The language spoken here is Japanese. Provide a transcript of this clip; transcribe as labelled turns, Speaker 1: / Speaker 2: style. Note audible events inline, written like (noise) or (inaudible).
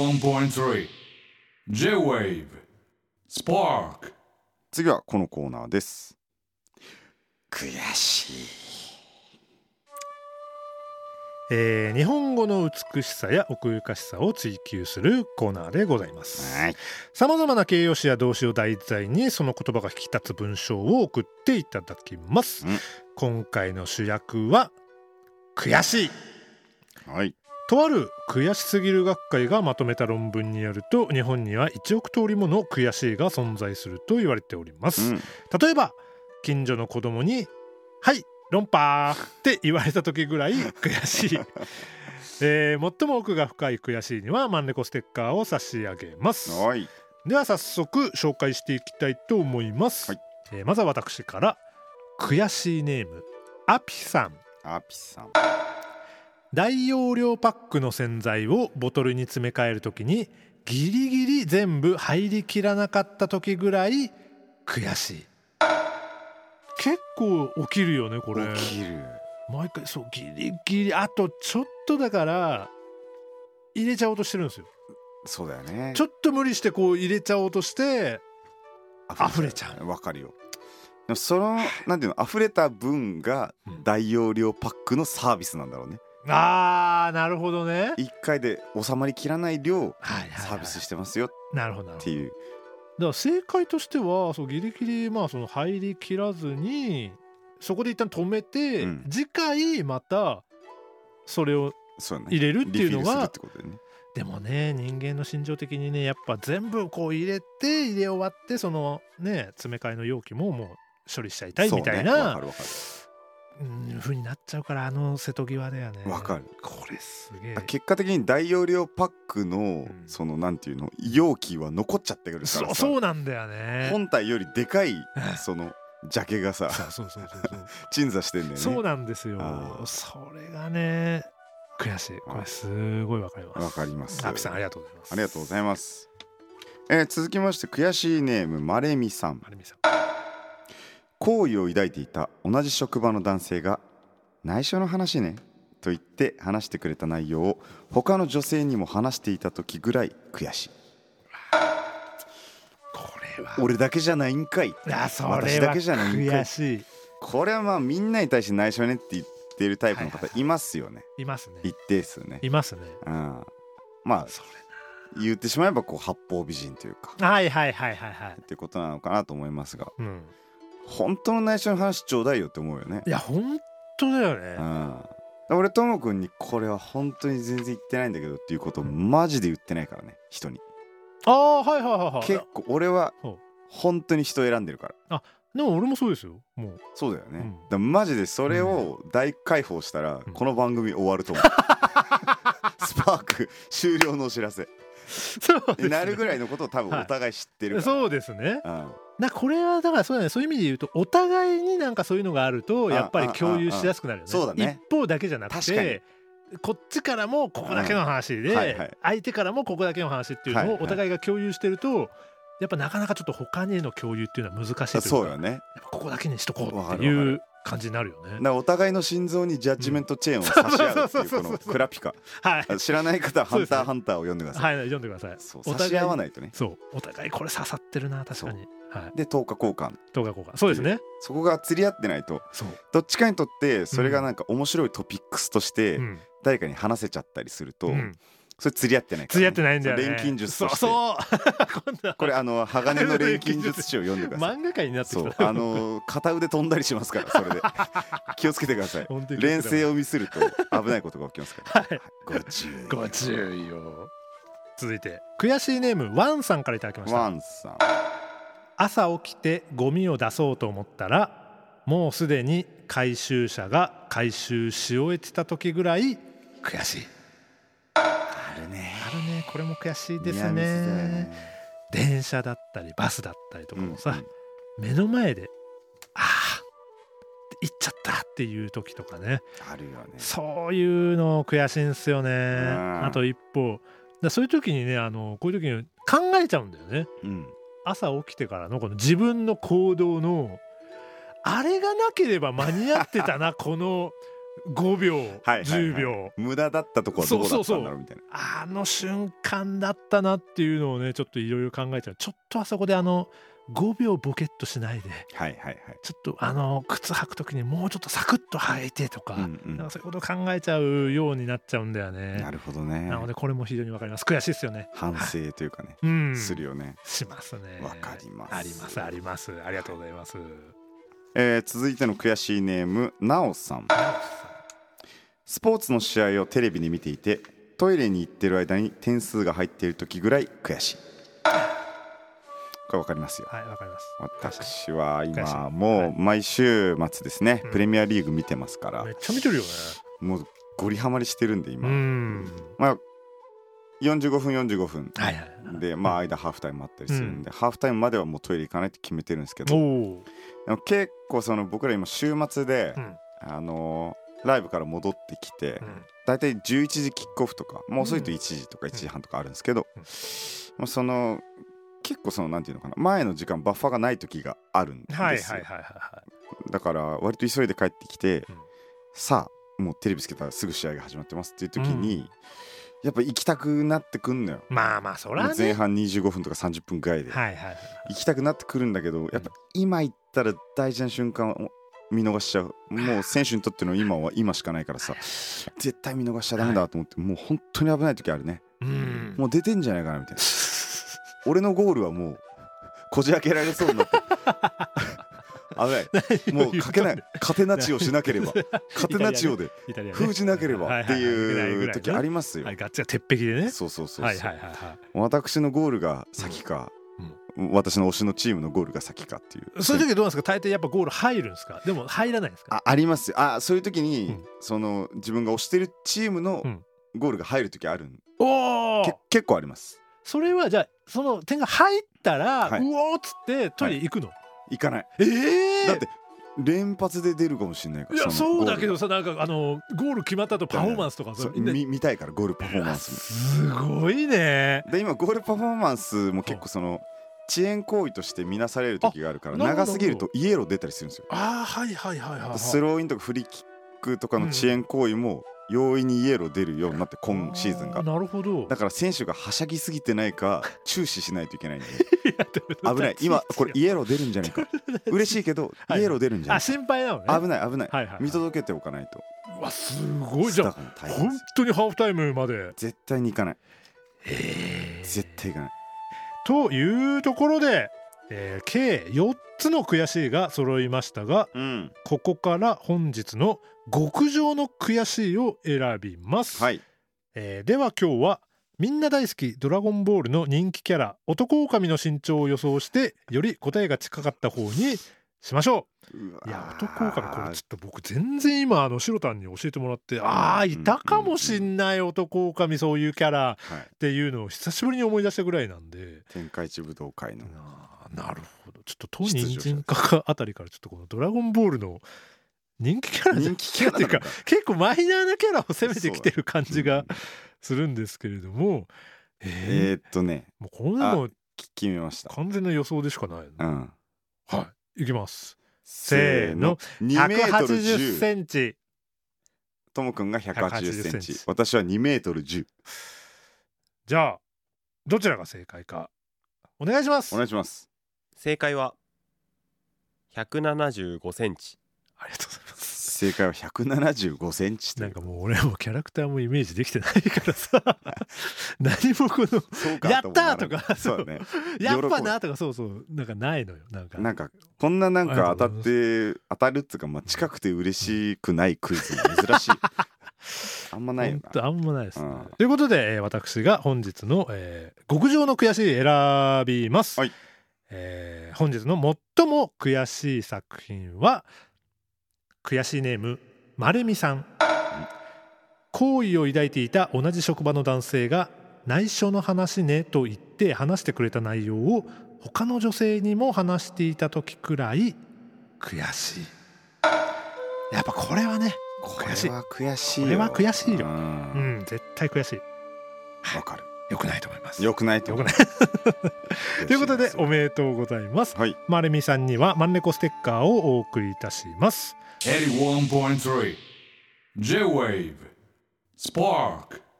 Speaker 1: 81.3 J-Wave Spark
Speaker 2: 次はこのコーナーです
Speaker 3: 悔しい
Speaker 4: えー日本語の美しさや奥ゆかしさを追求するコーナーでございます。
Speaker 3: はい
Speaker 4: さまざまな形容詞や動詞を題材にその言葉が引き立つ文章を送っていただきます、
Speaker 3: うん
Speaker 4: 今回の主役は悔しい
Speaker 3: はい
Speaker 4: とある悔しすぎる学会がまとめた論文によると日本には1億通りもの悔しいが存在すると言われておりま
Speaker 3: う
Speaker 4: す、
Speaker 3: ん
Speaker 4: 例えば近所の子供に「はい論破!」って言われた時ぐらい悔
Speaker 3: (laughs)
Speaker 4: しい、えー最も奥が深い悔しいにはマンレコステッカーを差し上げます
Speaker 3: はい
Speaker 4: では早速紹介していきたいと思います、
Speaker 3: はい
Speaker 4: えーまずは私から悔しいネームアピさん
Speaker 3: アピさん
Speaker 4: 大容量パックの洗剤をボトルに詰め替えるときにギリギリ全部入りきらなかった時ぐらい悔しい結構起きるよねこれ
Speaker 3: 起きる
Speaker 4: 毎回そうギリギリあとちょっとだから入れちゃおうとしてるんですよ
Speaker 3: そうだよね
Speaker 4: ちょっと無理してこう入れちゃおうとして溢れちゃ
Speaker 3: うわかるよでもそのなんていうの溢れた分が
Speaker 4: うん
Speaker 3: 大容量パックのサービスなんだろうね
Speaker 4: あーなるほどね
Speaker 3: 一回で収まりきらない量
Speaker 4: はいはいはい
Speaker 3: サービスしてますよっ
Speaker 4: なるほどなるほ
Speaker 3: て
Speaker 4: ど
Speaker 3: い
Speaker 4: だか
Speaker 3: う
Speaker 4: ら正解としてはそうギリギリまあその入りきらずにそこで一旦止めて、
Speaker 3: うん
Speaker 4: 次回またそれを
Speaker 3: そうだね
Speaker 4: 入れるっていうの
Speaker 3: リフィルする
Speaker 4: が
Speaker 3: ってことだよね
Speaker 4: でもね人間の心情的にねやっぱ全部こう入れて入れ終わってそのね詰め替えの容器ももう処理しちゃいたい
Speaker 3: そう
Speaker 4: み
Speaker 3: ね
Speaker 4: たい
Speaker 3: わ
Speaker 4: な
Speaker 3: かるわか
Speaker 4: うん風になっちゃうからあの瀬戸際だよね
Speaker 3: るわかる
Speaker 4: これすげえ
Speaker 3: 結果的に大容量パックの、
Speaker 4: ん
Speaker 3: そのなんていうの容器は残っちゃってくるから
Speaker 4: そ
Speaker 3: さ
Speaker 4: うそうなんだよね
Speaker 3: 本体よりでかいそのジャケがさ
Speaker 4: そうそうそうそうそう
Speaker 3: 鎮座してんだよね
Speaker 4: そうなんですよ
Speaker 3: あ。ー
Speaker 4: それがね、悔しい。これすごいわかります。
Speaker 3: わかります
Speaker 4: アピさんありがとうございます。
Speaker 3: ありがとうござ
Speaker 4: い
Speaker 3: います、えー続きまして悔しいネームまれみさん
Speaker 4: まさん。
Speaker 3: 好意を抱いていた同じ職場の男性が「内緒の話ね」と言って話してくれた内容を他の女性にも話していた時ぐらい悔しい
Speaker 4: これは。
Speaker 3: 俺だけじゃないんかい
Speaker 4: いやそれは
Speaker 3: 私だけじゃないんか
Speaker 4: 悔
Speaker 3: い
Speaker 4: しい。
Speaker 3: これはまあみんなに対して内緒ねって言ってるタイプの方いますよね、
Speaker 4: いますね。
Speaker 3: 一定数ね
Speaker 4: いますね。
Speaker 3: うんまあ
Speaker 4: それ
Speaker 3: 言ってしまえばこう八方美人というか
Speaker 4: な。はいはいはいはいはい
Speaker 3: っ。てことなのかなと思いますが
Speaker 4: うん。
Speaker 3: 本当の内緒の話ちょうだいよって思うよね
Speaker 4: いや本当だよ
Speaker 3: う
Speaker 4: ね。
Speaker 3: ん俺ともくんにこれは本当に全然言ってないんだけどっていうことをマジで言ってないからね人に
Speaker 4: ああはいはいはいはい。
Speaker 3: 結構俺は
Speaker 4: ほう
Speaker 3: 本当に人を選んでるから
Speaker 4: でも俺もそうですよ。もう。
Speaker 3: そうだよね、
Speaker 4: うん
Speaker 3: だからマジでそれを大解放したら
Speaker 4: うん
Speaker 3: この番組終わる
Speaker 4: (laughs)
Speaker 3: と思うスパーク終了のお知らせ
Speaker 4: そうですね
Speaker 3: に (laughs) なるぐらいのことを多分
Speaker 4: はい
Speaker 3: お互い知ってるから、
Speaker 4: そうですね。
Speaker 3: うん
Speaker 4: なこれはだからそうだね。そういう意味で言うとお互いになんかそういうのがあると
Speaker 3: ん
Speaker 4: やっぱり共有しやすくなるよね。
Speaker 3: うんうんそうだね
Speaker 4: 一方だけじゃなく
Speaker 3: 確かに
Speaker 4: て。こっちからもここだけの話
Speaker 3: うんはいはい
Speaker 4: で相手からもここだけの話っていう
Speaker 3: はい
Speaker 4: の
Speaker 3: は
Speaker 4: を
Speaker 3: い
Speaker 4: お互いが共有してるとやっぱなかなかちょっと他にの共有っていうのは難しいとい
Speaker 3: そうう
Speaker 4: か
Speaker 3: よね
Speaker 4: やっぱここだけにしとこ
Speaker 3: わ
Speaker 4: う
Speaker 3: か
Speaker 4: って
Speaker 3: るわか
Speaker 4: いう感じになるよ
Speaker 3: だ
Speaker 4: ね
Speaker 3: か。らお互いの心臓にジャッジメントチェーンを差し合うって
Speaker 4: そう
Speaker 3: い
Speaker 4: そう
Speaker 3: う
Speaker 4: そう
Speaker 3: こ
Speaker 4: そう
Speaker 3: のクラピカ
Speaker 4: はい
Speaker 3: あ知らない方は「ハンタ
Speaker 4: そうですね
Speaker 3: ーハンター」を読んでください、
Speaker 4: はい読んでください。
Speaker 3: そう差
Speaker 4: お互い
Speaker 3: し合わないとね
Speaker 4: そうお互いこれ刺さってるな確かに。はい
Speaker 3: で10日交換
Speaker 4: どうかこうかそうですね。
Speaker 3: そこが釣り合ってないと
Speaker 4: そう。
Speaker 3: どっちかにとってそれがなんか面白いトピックスとして
Speaker 4: うん
Speaker 3: 誰かに話せちゃったりすると、
Speaker 4: うん
Speaker 3: それ釣り合ってないから
Speaker 4: 釣り合ってないんだよね。
Speaker 3: その錬金術
Speaker 4: そ
Speaker 3: と
Speaker 4: う
Speaker 3: して
Speaker 4: そう (laughs) こんな
Speaker 3: これあの鋼の錬金術師を読んでください
Speaker 4: 漫画界になって
Speaker 3: そ
Speaker 4: き
Speaker 3: う
Speaker 4: た。
Speaker 3: あの片腕飛んだりしますからそれ
Speaker 4: (laughs)
Speaker 3: で気をつけてください
Speaker 4: 本当に気をつけてください
Speaker 3: 連戦をミスると危ないことが起きますから、はいご注意
Speaker 4: ご注意を続いて悔しいネームワンさんからいただきまし
Speaker 3: ワ
Speaker 4: た
Speaker 3: ンさん
Speaker 4: 朝起きてゴミを出そうと思ったらもうすでに回収車が回収し終えてた時ぐらい悔しい
Speaker 3: あるね
Speaker 4: あるねこれも悔しいで
Speaker 3: ニア
Speaker 4: す
Speaker 3: ミスだよ
Speaker 4: ね電車だったりバスだったりとかもさ、
Speaker 3: うん
Speaker 4: 目の前でああ行っちゃったっていう時とかね
Speaker 3: あるよね
Speaker 4: そういうの悔しいんですよね。
Speaker 3: ん
Speaker 4: あと一方だそういう時にねあのこういう時に考えちゃうんだよね。
Speaker 3: うん
Speaker 4: 朝起きてからのこの
Speaker 3: (laughs)
Speaker 4: 自分の行動のあれがなければ間に合ってたなこの5秒、
Speaker 3: はいはい
Speaker 4: 10
Speaker 3: はい
Speaker 4: 秒
Speaker 3: 無駄だったとこはどこだったんだろうみたいな
Speaker 4: あの瞬間だったなっていうのをねちょっといろいろ考えちゃうちょっとあそこであの5秒ボケっとしないで
Speaker 3: はいはいはい
Speaker 4: ちょっとあの靴履く時にもうちょっとサクッと履いてとか、
Speaker 3: うんうん
Speaker 4: なんかそういうことを考えちゃうようになっちゃうんだよね
Speaker 3: な。るほどね
Speaker 4: なのでこれも非常にわかります悔しいですよね。
Speaker 3: 反省というかね、
Speaker 4: うん、
Speaker 3: するよね
Speaker 4: しますね。
Speaker 3: わかります
Speaker 4: ありますあります。ありがとうございます。
Speaker 3: えー続いての悔しいネームなおさんスポーツの試合をテレビで見ていてトイレに行ってる間に点数が入っている時ぐらい悔しいこれわかりますよ
Speaker 4: はいわかります。
Speaker 3: 私は
Speaker 4: 悔
Speaker 3: 今
Speaker 4: しいは
Speaker 3: も
Speaker 4: いう
Speaker 3: 毎週末ですね、
Speaker 4: うん
Speaker 3: プレミアリーグ見てますから
Speaker 4: めっちゃ見てるよね。
Speaker 3: もうゴリハマりしてるんで
Speaker 4: う
Speaker 3: 今、
Speaker 4: ん。
Speaker 3: まあ45分45分
Speaker 4: はいはい。
Speaker 3: でまあ間ハーフタイムあったりするんで、ハーフタイムまではもうトイレ行かないって決めてるんですけ
Speaker 4: お
Speaker 3: ど
Speaker 4: お。
Speaker 3: でも結構その僕ら今週末で、
Speaker 4: うん
Speaker 3: あのーライブから戻ってきて、
Speaker 4: うん
Speaker 3: 大体11時キックオフとかもう遅いと1時とか1時半とかあるんですけど、
Speaker 4: うん
Speaker 3: まあ、その結構そのなんていうのかな前の時間バッファがない時があるんですよ、
Speaker 4: はいはいはいはいは
Speaker 3: だから割と急いで帰ってきて、
Speaker 4: うん
Speaker 3: さあもうテレビつけたらすぐ試合が始まってますっていう時に、やっぱ行きたくなってくんのよ、
Speaker 4: い。まあまあそら
Speaker 3: も
Speaker 4: ね。
Speaker 3: う前半25分とか30分ぐらいで、
Speaker 4: はいはいはい。
Speaker 3: 行きたくなってくるんだけどやっぱ今行ったら大事な瞬間を見逃しちゃうもう選手にとっての今は今しかないからさ絶対見逃しちゃダメだと思ってもう本当に危ない時あるね
Speaker 4: うん。
Speaker 3: もう出てんじゃないかなみたい (laughs) な俺のゴールはもうこじ開けられそうになって (laughs) 危ないもうかけないカテナチオしなければカテナチオで
Speaker 4: (laughs) イタリアね
Speaker 3: 封じなければっていう時ありますよ
Speaker 4: はい、ガッチが鉄壁でね。
Speaker 3: そうそうそうそう
Speaker 4: はいはいはいは
Speaker 3: 私のゴールが先か、私の推しのチームのゴールが先かっていう
Speaker 4: い。そういう時はどうなんですか大抵やっぱゴール入るんですかでも入らないんですか
Speaker 3: あありますよあそういう時に、
Speaker 4: うん
Speaker 3: その自分が推してるチームの
Speaker 4: うん
Speaker 3: ゴールが入る時あるん、
Speaker 4: おお
Speaker 3: け結構あります
Speaker 4: それはじゃあその点が入ったら、
Speaker 3: はいう
Speaker 4: おーっつってトイレ行くの、
Speaker 3: 行かない、
Speaker 4: ええ
Speaker 3: だって連発で出るかもしれないか
Speaker 4: い
Speaker 3: ら
Speaker 4: や
Speaker 3: の
Speaker 4: そうだ
Speaker 3: ゴー
Speaker 4: けどさなんかあのゴール決まった後パフォーマンスとか
Speaker 3: ルそう
Speaker 4: みんな
Speaker 3: 見見たいからゴールパフォーマンス
Speaker 4: すごいね
Speaker 3: もで今ゴールパフォーマンスも結構その遅延行為として見なされる時があるから
Speaker 4: あなるほど
Speaker 3: 長すぎるとイエロー出たりするんですよ
Speaker 4: ああはいはいはいはい、はい、
Speaker 3: スローインとかフリーキックとかの遅延行為も容易にイエロー出るようになって今シーズン
Speaker 4: あ
Speaker 3: が
Speaker 4: なるほど
Speaker 3: だから選手がはしゃぎすぎてない
Speaker 4: (laughs)
Speaker 3: か注視しないといけないんで
Speaker 4: 危 (laughs)
Speaker 3: 危ない今これイエロー出るんじゃないか嬉しいけど
Speaker 4: はい
Speaker 3: イエロー出るんじゃな
Speaker 4: あ
Speaker 3: い
Speaker 4: 心配なのね
Speaker 3: 危ない危ない
Speaker 4: はいはいはい
Speaker 3: 見届けておかないと
Speaker 4: うわすごいじゃ
Speaker 3: だ
Speaker 4: ん
Speaker 3: から大変で
Speaker 4: 本
Speaker 3: す
Speaker 4: 当にハーフタイムまで
Speaker 3: 絶対に行かない
Speaker 4: え
Speaker 3: 絶対行かない
Speaker 4: というところで、えー計4つの悔しいが揃いましたが
Speaker 3: うん
Speaker 4: ここから本日の極上の悔しいを選びます、
Speaker 3: はい
Speaker 4: えーでは今日はみんな大好きドラゴンボールの人気キャラ男狼の身長を予想してより答えが近かった方にしましょ
Speaker 3: うわ
Speaker 4: う
Speaker 3: ー
Speaker 4: いや男狼これちょっと僕全然今あの白タンに教えてもらってああ
Speaker 3: うん
Speaker 4: いたかもしんない男狼そういうキャラ
Speaker 3: はい
Speaker 4: っていうのを久しぶりに思い出したぐらいなんで
Speaker 3: 天下一武道会の
Speaker 4: あーなるほどちょっと当
Speaker 3: 出場者
Speaker 4: 人参かかあたりからちょっとこのドラゴンボールの人気キャラ (laughs) じゃ
Speaker 3: 人気キャラなの
Speaker 4: ってい
Speaker 3: か
Speaker 4: うか結構マイナーなキャラを攻めてきてる感じ
Speaker 3: う
Speaker 4: が
Speaker 3: ん
Speaker 4: するんですけれども、えー
Speaker 3: えーっとね
Speaker 4: もうこんなの
Speaker 3: き決めました
Speaker 4: 完全な予想でしかない、
Speaker 3: うん
Speaker 4: はいいきますせ
Speaker 3: せ
Speaker 4: ー
Speaker 3: ー
Speaker 4: の
Speaker 3: の2メートル
Speaker 4: 180
Speaker 3: 10
Speaker 4: センチ
Speaker 3: ともくんが180セン
Speaker 4: 180
Speaker 3: チ私は2メートル10
Speaker 4: じゃあどちらが正解かお願いします
Speaker 3: お願いします
Speaker 5: 正解は175センチ
Speaker 4: ありがとうございます
Speaker 3: 正解は175センチと
Speaker 4: ないん
Speaker 3: う
Speaker 4: かもう俺はもうキャラクターもイメージできてないか
Speaker 3: (laughs)
Speaker 4: らさ何もこの
Speaker 3: そう
Speaker 4: や
Speaker 3: か
Speaker 4: った
Speaker 3: と
Speaker 4: ー
Speaker 3: もならない
Speaker 4: とか
Speaker 3: そうだね
Speaker 4: やっぱなとかそうそうなんかないのよなんか
Speaker 3: なんかこんななん
Speaker 4: あ
Speaker 3: か
Speaker 4: りがと
Speaker 3: 当
Speaker 4: う
Speaker 3: た
Speaker 4: ご
Speaker 3: っ
Speaker 4: ざ
Speaker 3: て当たるっつうかまあ近くて嬉しくないクイズ珍
Speaker 4: (laughs)
Speaker 3: しいあんまないよ
Speaker 4: 本当
Speaker 3: な
Speaker 4: あんまないですね、
Speaker 3: うん
Speaker 4: ということで、えー私が本日の、えー極上の悔しい選びます、
Speaker 3: はい
Speaker 4: えー本日の最も悔しい作品は悔しいネームまるみさん好意を抱いていた同じ職場の男性が内緒の話ねと言って話してくれた内容を他の女性にも話していた時くらい悔しいやっぱこれはね
Speaker 3: こ
Speaker 4: 悔しい
Speaker 3: れは悔しい
Speaker 4: こ
Speaker 3: よ
Speaker 4: れは悔しいよ
Speaker 3: うん
Speaker 4: う
Speaker 3: わ
Speaker 4: ん絶対悔しい
Speaker 3: かる
Speaker 4: 良くないと思います。
Speaker 3: よくないと
Speaker 4: 良
Speaker 3: 思う (laughs)
Speaker 4: くない。
Speaker 3: 悔し、
Speaker 4: ということですおめでとうございます。
Speaker 3: はい
Speaker 4: まるみさんにはマンレコステッカーをお送りいたします。
Speaker 1: 81.3 J-Wave Spark